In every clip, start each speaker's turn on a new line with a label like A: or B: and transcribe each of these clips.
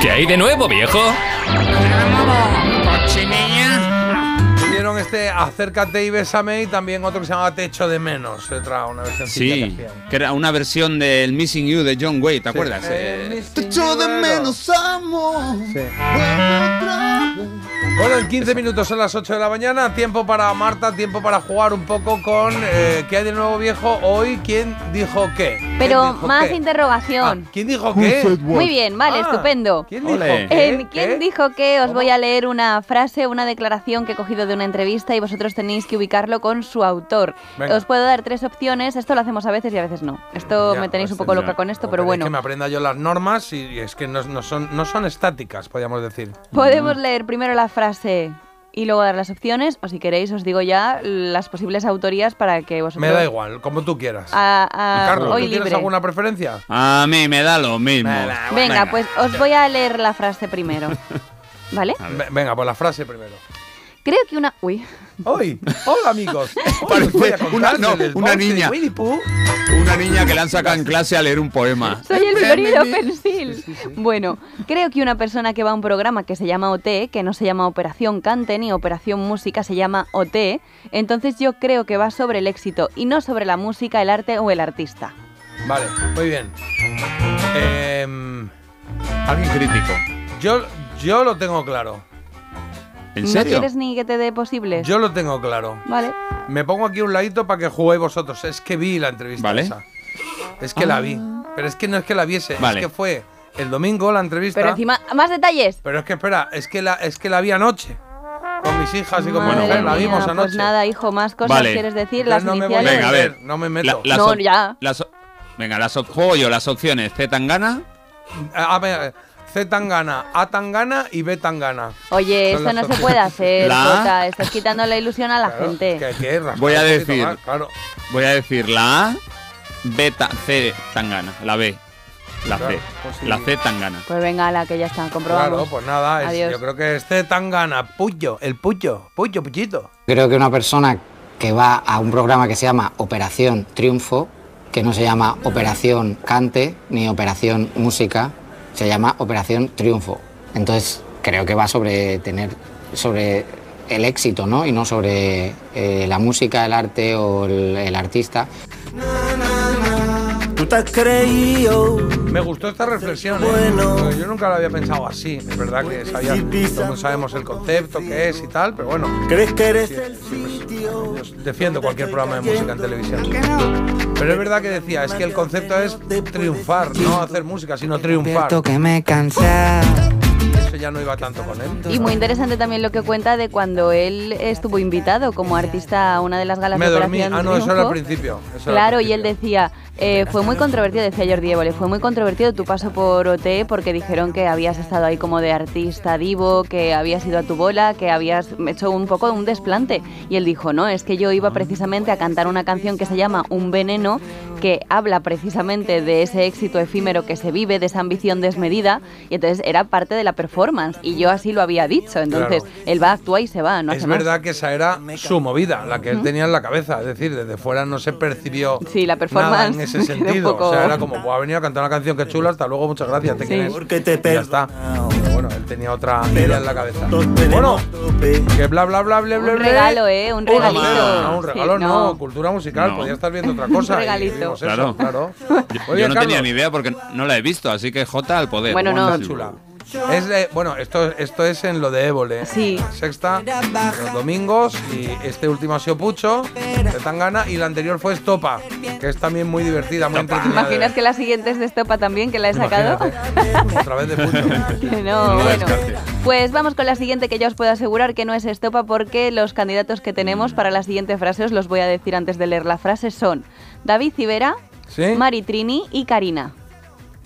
A: ¿Qué hay de nuevo, viejo?
B: Vieron este Acércate y Bésame y también otro que se llamaba Techo de Menos. Se trae una versión
C: Sí,
B: que hacían.
C: que era una versión del Missing You de John Wayne, ¿te acuerdas?
B: Sí.
C: Eh,
B: El
C: te
B: Missing
C: echo
B: You
C: de
B: era-
C: menos, amor.
B: Sí.
C: Otra vez.
B: Bueno, en 15 minutos son las 8 de la mañana. Tiempo para Marta, tiempo para jugar un poco con eh, ¿Qué hay de nuevo viejo? Hoy, ¿quién dijo qué? ¿Quién
D: Pero
B: dijo
D: más
B: qué?
D: interrogación.
B: Ah, ¿Quién dijo qué?
D: Muy bien, vale,
B: Ah,
D: estupendo.
B: ¿Quién dijo
C: Ole.
B: qué?
D: En ¿Quién
B: ¿Qué?
D: dijo qué? Os
B: ¿Cómo?
D: voy a leer una frase, una declaración que he cogido de una entrevista y vosotros tenéis que ubicarlo con su autor.
B: Venga.
D: Os puedo dar tres opciones. Esto lo hacemos a veces y a veces no. Esto
B: Ya,
D: me tenéis
B: pues,
D: un poco
C: ya.
D: loca con esto,
B: O
D: pero
B: queréis
D: bueno.
B: Que me aprenda yo las normas y, y es que no, no son, no son estáticas, podríamos decir. Mm.
D: Podemos leer primero la frase y luego dar las opciones, o si queréis os digo ya las posibles autorías para que vosotros...
B: Me da igual, como tú quieras.
D: A- a-
B: Carlos,
D: Ah, hoy
B: ¿tú tienes
D: libre.
B: alguna preferencia?
C: A mí me da lo mismo.
B: Venga,
D: Venga, pues os voy a leer la frase primero. ¿Vale?
B: Ve- Venga, pues la frase primero.
D: Creo que una... Uy.
B: Hoy, hola amigos. Hoy
C: Parece
B: os voy a
C: una-
B: contar
C: no,
B: del
C: una
B: bosque de
C: niña.
B: Winnie Pooh.
D: pues.
C: Una niña que la han sacado en clase a leer un poema.
D: Soy el florido pensil. Bueno, creo que una persona que va a un programa que se llama OT, que no se llama Operación Cante ni Operación Música, se llama OT, entonces yo creo que va sobre el éxito y no sobre la música, el arte o el artista.
B: Vale, muy bien. Em,
C: Alguien crítico.
B: yo, yo lo tengo claro.
C: ¿En
D: ¿No
C: serio?
D: quieres ni que te dé posibles?
B: Yo lo tengo claro.
D: Vale.
B: Me pongo aquí un ladito para que juguéis vosotros. Es que vi la entrevista
C: Vale. Ah.
B: esa. Es que la vi. Pero es que no es que la viese.
C: Vale.
B: Es que fue el domingo la entrevista.
D: Pero encima, más detalles.
B: Pero es que espera, es que la, es que la vi anoche. Con mis hijas y con mi
D: Madre
B: mujer, la
C: bueno.
B: vimos
D: mía,
B: anoche.
D: Pues nada, hijo, más cosas
C: Vale.
D: quieres decir,
B: Entonces
D: las
B: no me voy
D: iniciales.
C: Venga, a ver.
B: No me meto.
C: La- las
D: No,
C: op-
D: ya.
C: las op- Venga, las op- pollo, las opciones. ¿C Tangana?
B: Eh, A ver, C tangana, A tangana y B tangana.
D: Oye,
B: Son las
D: eso no se
B: opciones.
D: puede hacer,
C: La-
D: Jota, Estás quitando la ilusión a la
B: Claro,
D: gente.
B: es que hay que rascar
C: Voy a
B: un poquito
C: decir-
B: más, claro,
C: Voy a decir la A, B, ta- C Tangana. La B. La
B: Claro,
C: C.
B: pues sí.
C: La C Tangana.
D: Pues venga, la que ya está, comprobamos.
B: claro, pues nada, es-
D: Adiós.
B: yo creo que es C tangana, Puyo, el Puyo, Puyo, Puyito.
E: Creo que una persona que va a un programa que se llama Operación Triunfo, que no se llama Operación Cante ni Operación Música, se llama Operación Triunfo. Entonces creo que va sobre tener sobre el éxito, ¿no? Y no sobre eh, la música, el arte o el- el artista.
F: Tú te has creído
B: Me gustó esta reflexión, ¿eh?
F: Bueno.
B: yo nunca la había pensado así. Es verdad que sabía, no sabemos el concepto, qué es y tal, pero bueno,
F: ¿Crees que eres el
B: yo
F: sitio?
B: defiendo cualquier programa de música en televisión. Pero es verdad que decía, es que el concepto es triunfar, no hacer música, sino triunfar.
E: que me cansa.
B: Eso ya no iba tanto con él.
D: Y muy interesante también lo que cuenta de cuando él estuvo invitado como artista a una de las galas
B: Me
D: de
B: dormí.
D: Operación
B: Ah, no, eso era al
D: Triunfo.
B: principio. eso era al
D: Claro, y él
B: principio.
D: decía, eh, fue muy controvertido, decía Jordi Évole, fue muy controvertido tu paso por OT porque dijeron que habías estado ahí como de artista divo, que habías ido a tu bola, que habías hecho un poco un desplante. Y él dijo, no, es que yo
B: Ah.
D: iba precisamente a cantar una canción que se llama Un Veneno, que habla precisamente de ese éxito efímero que se vive, de esa ambición desmedida, y entonces era parte de la performance, y yo así lo había dicho. Entonces,
B: Claro.
D: él va, actúa y se va, no
B: es
D: hace más.
B: verdad que esa era su movida, la que él tenía en la cabeza. Es decir, desde fuera no se percibió
D: Sí, la
B: nada
D: performance
B: en ese
D: queda un
B: sentido. O sea,
D: poco-
B: era como, "Buah, ha venido a cantar una canción que chula, hasta luego, muchas gracias, te
D: Sí.
B: quieres".
F: Porque te
B: Y ya está.
F: perdonao.
B: Pero bueno, él tenía otra idea en la cabeza.
F: Todos tenemos
B: Bueno,
F: tope.
B: que bla, bla, bla, bla, bla.
D: Un
B: bla.
D: regalo, ¿eh? Un regalito.
B: regalo, No, Ah, un
D: Sí,
B: regalo, no.
D: no.
B: Cultura musical,
C: No.
B: podía estar viendo otra cosa.
D: Un
B: y
D: regalito.
B: vimos eso,
C: Claro.
B: claro.
C: Yo
B: Oye,
C: no tenía
B: Carlos.
C: ni idea porque no la he visto, así que J al poder.
D: Bueno,
B: Está
D: no.
B: chula. Es de- bueno, esto, esto es en lo de Évole.
D: Sí.
B: Sexta, los domingos, y este último ha sido Pucho, de Tangana, y la anterior fue Estopa, que es también muy divertida, muy entretenida. de
D: ¿Imaginas
B: ver.
D: que la siguiente es de Estopa también, que la he sacado?
B: Ah, Imagínate. Otra vez de Pucho.
D: Que no,
C: No
D: bueno.
C: descarte.
D: Pues vamos con la siguiente que ya os puedo asegurar que no es estopa porque los candidatos que tenemos para la siguiente frase os los voy a decir antes de leer la frase son David Civera,
B: ¿Sí?
D: Mari Trini y Karina.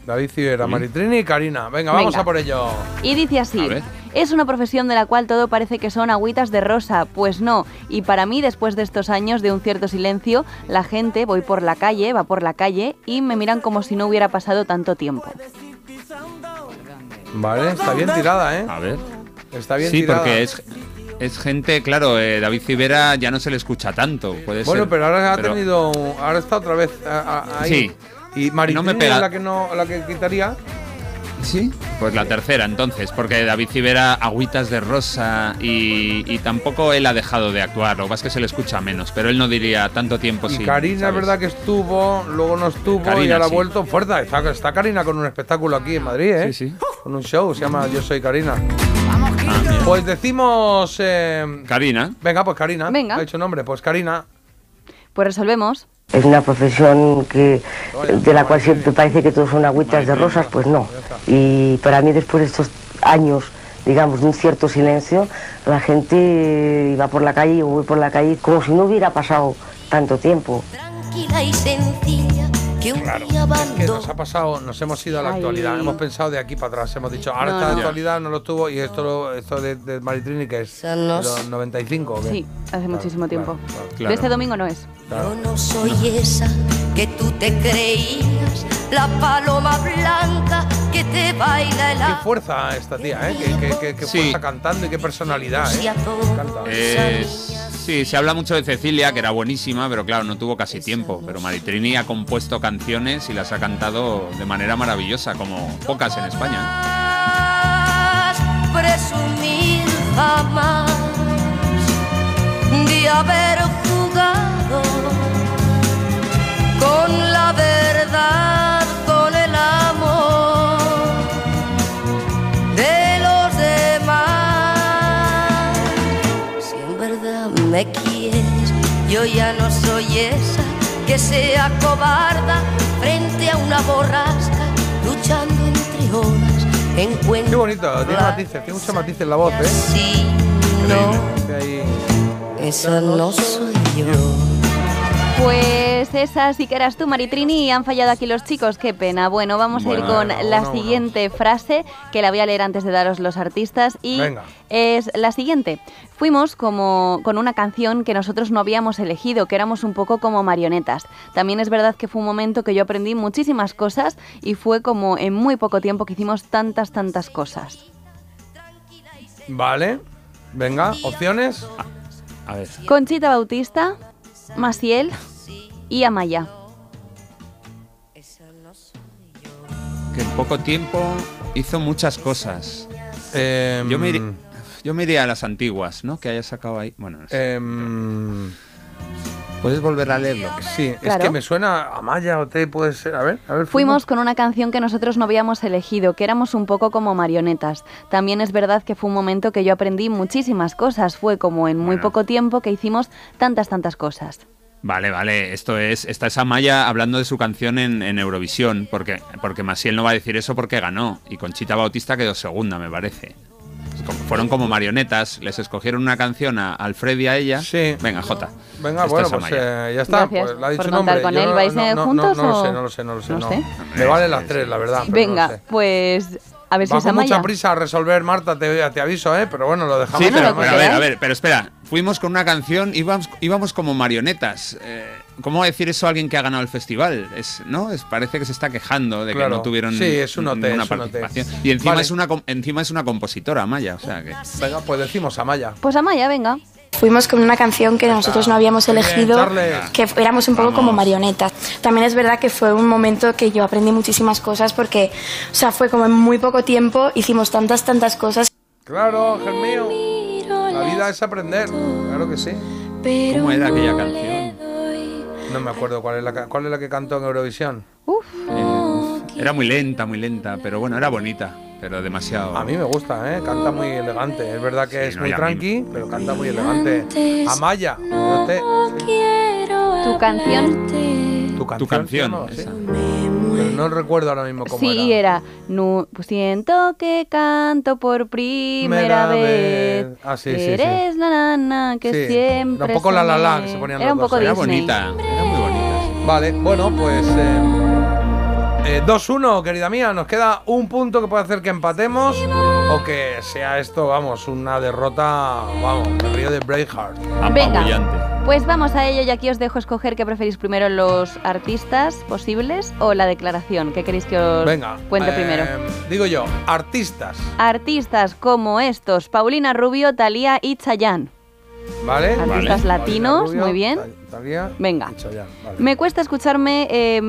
B: David Civera, Maritrini y Karina. Venga, vamos
D: Venga.
B: a por ello.
D: Y dice así,
C: A ver.
D: es una profesión de la cual todo parece que son agüitas de rosa, pues no, y para mí después de estos años de un cierto silencio, la gente, voy por la calle, va por la calle y me miran como si no hubiera pasado tanto tiempo.
B: Vale, está bien tirada, ¿eh?
C: A ver.
B: Está bien
C: sí,
B: tirada.
C: porque es, es gente, claro, eh, David Civera ya no se le escucha tanto. Puede
B: Bueno,
C: ser,
B: pero ahora ha tenido. Ahora está otra vez eh, a- a- ahí.
C: Sí.
B: Y Maritrini
C: No me pega.
B: es la que, no, la que quitaría.
A: ¿Sí?
C: Pues la tercera, entonces, porque David Civera, Agüitas de Rosa y, y tampoco él ha dejado de actuar, lo que pasa es que se le escucha menos, pero él no diría tanto tiempo
B: y
C: sin,
B: Karina es
C: ¿sabes?
B: verdad que estuvo, luego no estuvo y
C: Karina,
B: ahora ha
C: sí.
B: vuelto fuerte. Está, está Karina con un espectáculo aquí en Madrid, ¿eh?
C: Sí, Ah, sí.
B: Con un show, se llama Yo soy Karina. Pues decimos... eh,
C: Karina.
B: venga, pues Karina.
D: Venga.
B: Ha dicho nombre, pues Karina.
D: Pues resolvemos.
G: Es una profesión que, de la cual siempre parece que todos son agüitas de rosas, pues no. Y para mí después de estos años, digamos, de un cierto silencio, la gente iba por la calle, yo voy por la calle, como si no hubiera pasado tanto tiempo.
H: Tranquila y sencilla, que un día
B: Es que
H: abandonó.
B: nos ha pasado, nos hemos ido a la
D: Ay.
B: actualidad, hemos pensado de aquí para atrás, hemos dicho, ahora
D: No,
B: está
D: no.
B: de actualidad, no lo estuvo y esto, lo- esto de, de Maritrini que es de
H: Sanos.
B: los 95. ¿o qué?
D: Sí, hace
B: Claro,
D: muchísimo tiempo.
B: claro, claro.
C: claro.
D: De este domingo no es.
H: Yo no soy esa que tú te creías, la paloma blanca que te baila el
B: Qué
H: agua.
B: fuerza esta tía, ¿eh? Qué, qué- qué- qué
C: Sí.
B: fuerza cantando y qué personalidad,
H: Y
B: ¿eh?
H: a todos
B: Canta.
H: Eh.
C: es- eh, sí, se habla mucho de Cecilia, que era buenísima, pero claro, no tuvo casi tiempo. Pero Maritrini ha compuesto canciones y las ha cantado de manera maravillosa, como pocas en España.
H: jamás presumir jamás de haber jugado con la verdad, con el amor de los demás. Si en verdad me quieres, yo ya no soy esa que sea cobarda frente a una borrasca, luchando entre olas. Encuentro
B: Qué bonito, tiene
H: paz.
B: matices, tiene muchos matices la voz, ¿eh?
H: Sí, no,
B: Que ahí-
H: esa no soy yo.
D: Pues esa sí que eras tú, Maritrini, y han fallado aquí los chicos. Qué pena. Bueno, vamos a ir
C: Bueno,
D: con la
B: bueno,
D: siguiente frase que la voy a leer antes de daros los artistas y
B: Venga.
D: es la siguiente. Fuimos como con una canción que nosotros no habíamos elegido, que éramos un poco como marionetas. También es verdad que fue un momento que yo aprendí muchísimas cosas y fue como en muy poco tiempo que hicimos tantas, tantas cosas.
B: Vale, venga, opciones.
C: A ver.
D: Conchita Bautista, Maciel y Amaya.
C: Que en poco tiempo hizo muchas cosas.
B: Em,
C: Yo me, iri- yo me iría a las antiguas, ¿no? Que haya sacado ahí. Bueno, no sé.
B: em,
C: puedes volver a leerlo.
B: sí, es
D: Claro.
B: que me suena a Maya o te puede ser. A ver, a ver.
D: Fuimos con una canción que nosotros no habíamos elegido, que éramos un poco como marionetas. También es verdad que fue un momento que yo aprendí muchísimas cosas, fue como en muy
C: Bueno.
D: poco tiempo que hicimos tantas, tantas cosas.
C: Vale, vale. Esto es. Está esa Maya hablando de su canción en, en Eurovisión. Porque, porque Maciel no va a decir eso porque ganó. Y Conchita Bautista quedó segunda, me parece. Como- fueron como marionetas. Les escogieron una canción a Alfred y a ella.
B: Sí.
C: Venga, Jota.
B: Venga,
C: Esto
B: bueno,
C: es
B: pues
C: Amaya.
B: eh, ya está.
D: Gracias
B: Pues, le ha dicho
D: por
B: nombre.
D: contar con
B: Yo
D: él.
B: no-
D: ¿Vais
B: no,
D: eh,
B: no-
D: juntos
B: no, lo
D: o...?
B: sé, no lo sé, no lo sé.
D: No
B: no.
D: sé.
B: Me valen las tres, la verdad. Ah, pero no
D: Venga,
B: lo sé.
D: pues a ver si es
B: Bajo mucha
D: Amaya.
B: prisa a resolver, Marta, te, te aviso, ¿eh? Pero bueno, lo ¿eh? dejamos.
C: Sí,
D: Bueno,
C: pero,
D: lo
C: pero a
D: que
C: ver,
D: queráis.
C: a ver, pero espera. Fuimos con una canción, íbamos, íbamos como marionetas. Eh, ¿Cómo va a decir eso a alguien que ha ganado el festival? Es, ¿no? Es, parece que se está quejando de
B: Claro.
C: que no tuvieron
B: Sí, es un OT,
C: ninguna
B: es un OT.
C: participación. Y encima,
B: Vale.
C: es una, com- encima es una compositora, Maya. O sea que.
B: Venga, pues decimos a Maya.
D: Pues Amaya, venga.
I: Fuimos con una canción que nosotros no habíamos
B: Muy bien,
I: elegido,
B: Charles.
I: que éramos un poco como marionetas. También es verdad que fue un momento que yo aprendí muchísimas cosas porque, o sea, fue como en muy poco tiempo, hicimos tantas, tantas cosas.
B: Claro, ángel mío. La vida es aprender, claro que sí.
C: ¿Cómo era aquella canción?
B: No me acuerdo cuál es la, ca- cuál es la que cantó en Eurovisión.
C: Eh, Era muy lenta, muy lenta, pero bueno, era bonita, pero demasiado.
B: A mí me gusta, ¿eh? Canta muy elegante. Es verdad que
C: Sí,
B: es
C: no,
B: muy
C: y a mí-
B: tranqui, pero canta muy elegante. Amaya, no te-
D: Tu canción
B: tu canción.
C: tu canción.
B: ¿no? Sí.
C: esa.
B: Pero no recuerdo ahora mismo cómo
D: sí
B: era.
D: era... "Nu- siento que canto por
B: Primera
D: primera vez.
B: vez". Ah, sí, sí, sí.
D: Eres la nana que
B: Sí, era
D: siempre
B: un poco la la la que
D: soñé".
B: se ponían
D: Era
B: los
D: un
B: dos,
D: poco
C: Era
D: Disney.
C: bonita, era muy bonita. sí.
B: Vale, bueno, pues... eh, eh, 2-1, querida mía, nos queda un punto que puede hacer que empatemos o que sea esto, vamos, una derrota, vamos, me río de Braveheart.
C: Apabullante.
D: Venga, pues vamos a ello y aquí os dejo escoger qué preferís primero los artistas posibles o la declaración. ¿Qué queréis que os
B: Venga.
D: cuente
B: eh,
D: primero?
B: Digo yo, artistas.
D: Artistas como estos, Paulina Rubio, Talía y Chayanne.
B: ¿Vale?
D: Artistas
C: Vale.
D: latinos,
B: Paulina Rubio,
D: muy bien.
B: Ta- Talía
D: Venga.
B: y Chayanne, vale.
D: Me cuesta escucharme, eh,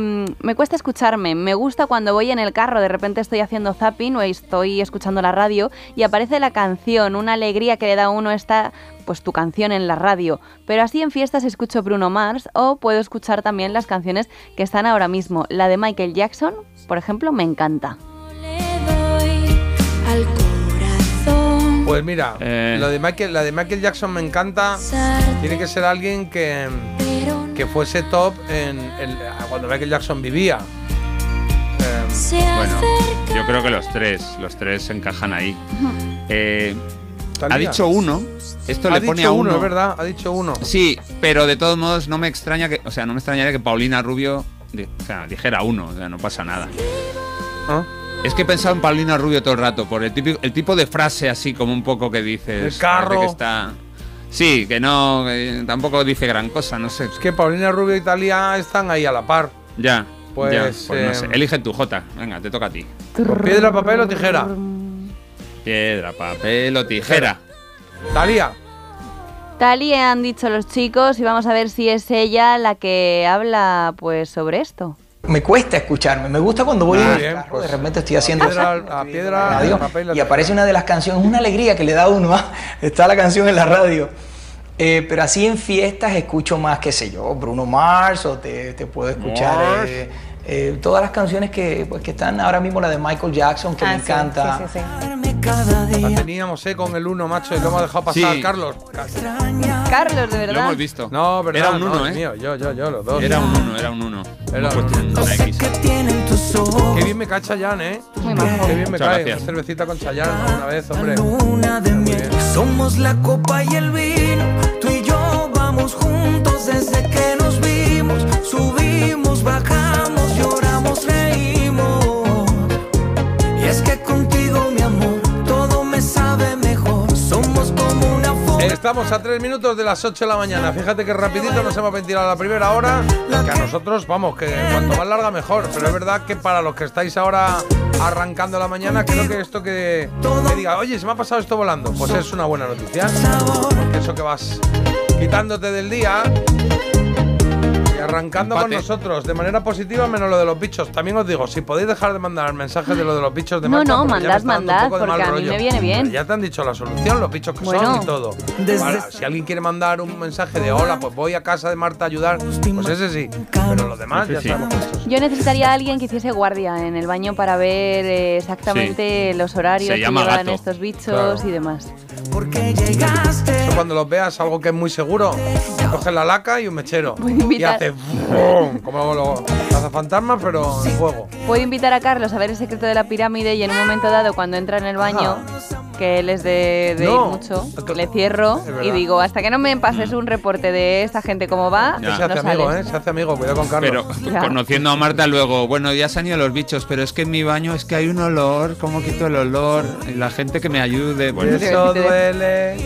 D: me cuesta escucharme. Me gusta cuando voy en el carro, de repente estoy haciendo zapping o estoy escuchando la radio y aparece la canción, una alegría que le da a uno esta, pues tu canción en la radio. Pero así en fiestas escucho Bruno Mars o puedo escuchar también las canciones que están ahora mismo. La de Michael Jackson, por ejemplo, me encanta.
B: Pues mira,
C: Eh.
B: lo de Michael, la de Michael Jackson me encanta. Tiene que ser alguien que, que fuese top en, en- ah, cuando Michael Jackson vivía. Eh,
C: Bueno, yo creo que los tres, los tres encajan ahí. Eh, ha
B: Thalía.
C: dicho uno, esto
B: ha
C: le
B: dicho
C: pone a uno.
B: es verdad, ha dicho uno.
C: Sí, pero de todos modos no me extraña que, o sea, no me extrañaría que Paulina Rubio di- o sea, dijera uno, o sea, no pasa nada.
B: ¿Ah?
C: Es que he pensado en Paulina Rubio todo el rato, por el, típico- el tipo de frase así como un poco que dice.
B: El carro.
C: Que está, sí, que no, que tampoco dice gran cosa, no sé.
B: Es que Paulina Rubio y Talía están ahí a la par.
C: Ya,
B: Pues,
C: ya, pues no
B: eh,
C: sé. Elige tu Jota, venga, te toca a ti.
B: Con piedra, papel o tijera.
C: Piedra, papel o tijera.
B: Talía.
D: Talia eh, han dicho los chicos y vamos a ver si es ella la que habla pues sobre esto.
A: Me cuesta escucharme, me gusta cuando voy
B: Muy
A: en el
B: bien,
A: carro,
B: pues,
A: de repente estoy haciendo
B: a piedra, a piedra,
A: radio
B: papel, la
A: y aparece una de las canciones, una alegría que le da a uno, ah, está la canción en la radio. Eh, pero así en fiestas escucho más, qué sé yo, Bruno Mars o te, te puedo escuchar
B: Mars.
A: eh, eh, todas las canciones que, pues, que están ahora mismo, la de Michael Jackson, que
D: Ah,
F: Ah,
A: me encanta.
F: cada día.
B: La teníamos eh, con el uno, macho, y lo hemos dejado pasar,
C: Sí.
B: Carlos.
D: Carlos, de verdad.
C: Lo hemos visto.
B: No, verdad,
C: Era un
B: no,
C: uno,
B: es
C: ¿eh?
B: mío, yo, yo, yo, los dos.
C: Era un uno, era un uno.
B: Era
C: Hemos puesto
B: un
C: una X.
F: tienen tus ojos.
B: Qué bien me cae Chayanne, ¿eh?
D: Muy majo.
B: Qué bien me
C: Muchas
B: cae.
C: gracias.
B: Una cervecita con Chayanne una vez, hombre.
F: Luna de miel. Somos la copa y el vino. Tú y yo vamos juntos desde que nos vimos. Subimos, bajamos, lloramos, reímos. Y es que contigo, mi amor, todo me sabe mejor. Somos como una foto.
B: Estamos a tres minutos de las 8 de la mañana. Fíjate que rapidito nos hemos ventilado la primera hora. Que a nosotros, vamos, que cuanto más larga mejor. Pero es verdad que para los que estáis ahora arrancando la mañana, creo que esto que, que diga, oye, se me ha pasado esto volando, pues es una buena noticia. Porque eso que vas quitándote del día y arrancando
C: Empate.
B: con nosotros de manera positiva, menos lo de los bichos. También os digo, si podéis dejar de mandar mensajes de lo de los bichos de
D: No,
B: Marta,
D: no,
B: porque ya me
D: mandad,
B: está dando un
D: mandad,
B: poco de mal
D: porque a mí
B: rollo.
D: me viene bien.
B: Pero ya te han dicho la solución, los bichos que son
D: Bueno.
B: y todo.
F: Desde-
B: Para- si alguien quiere mandar un mensaje de hola, pues voy a casa de Marta a ayudar, pues ese sí. Pero los demás
C: Ese
B: ya
C: sí.
B: estamos hechos.
D: Yo necesitaría a alguien que hiciese guardia en el baño para ver eh, exactamente los horarios
C: Se
D: que
C: llama
D: llevan
C: gato.
D: estos bichos
B: Claro.
D: y demás.
F: Porque llegaste.
B: Eso cuando los veas, algo que es muy seguro, coges la laca y un mechero.
D: Voy a
B: Y
D: invitar-
B: haces ¡vum! como los cazafantasmas, pero en fuego.
D: Puedo invitar a Carlos a ver el secreto de la pirámide y en un momento dado, cuando entra en el baño, que él es de, de
B: No.
D: ir mucho, le cierro
B: Es verdad.
D: y digo, hasta que no me pases un reporte de esta gente cómo va,
C: Ya.
B: Se
D: no
B: hace amigo, ¿eh?
D: sales.
B: Se hace amigo, cuidado con Carlos.
C: Pero
D: Ya.
C: conociendo a Marta luego, bueno, ya se han ido los bichos, pero es que en mi baño es que hay un olor, ¿cómo quito el olor? Y La gente que me ayude, bueno,
B: Eso duele.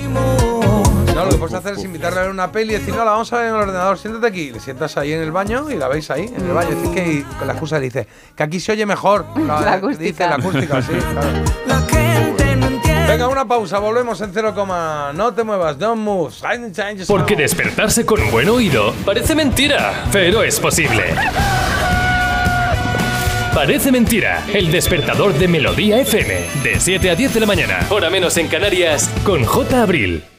B: No, lo que puedes hacer es invitarle a ver una peli y decir, no, la vamos a ver en el ordenador, siéntate aquí. Le sientas ahí en el baño y la veis ahí, en el baño. Es que y con la excusa le dice, que aquí se oye mejor.
D: La acústica.
B: Dice la acústica, sí, claro.
F: La gente no entiende.
B: Venga, una pausa, volvemos en cero coma. No te muevas, don't move. silent change is
J: Porque
B: now.
J: despertarse con buen oído parece mentira, pero es posible. Parece mentira, el despertador de Melodía FM, de 7 a 10 de la mañana, hora menos en Canarias, con J. Abril.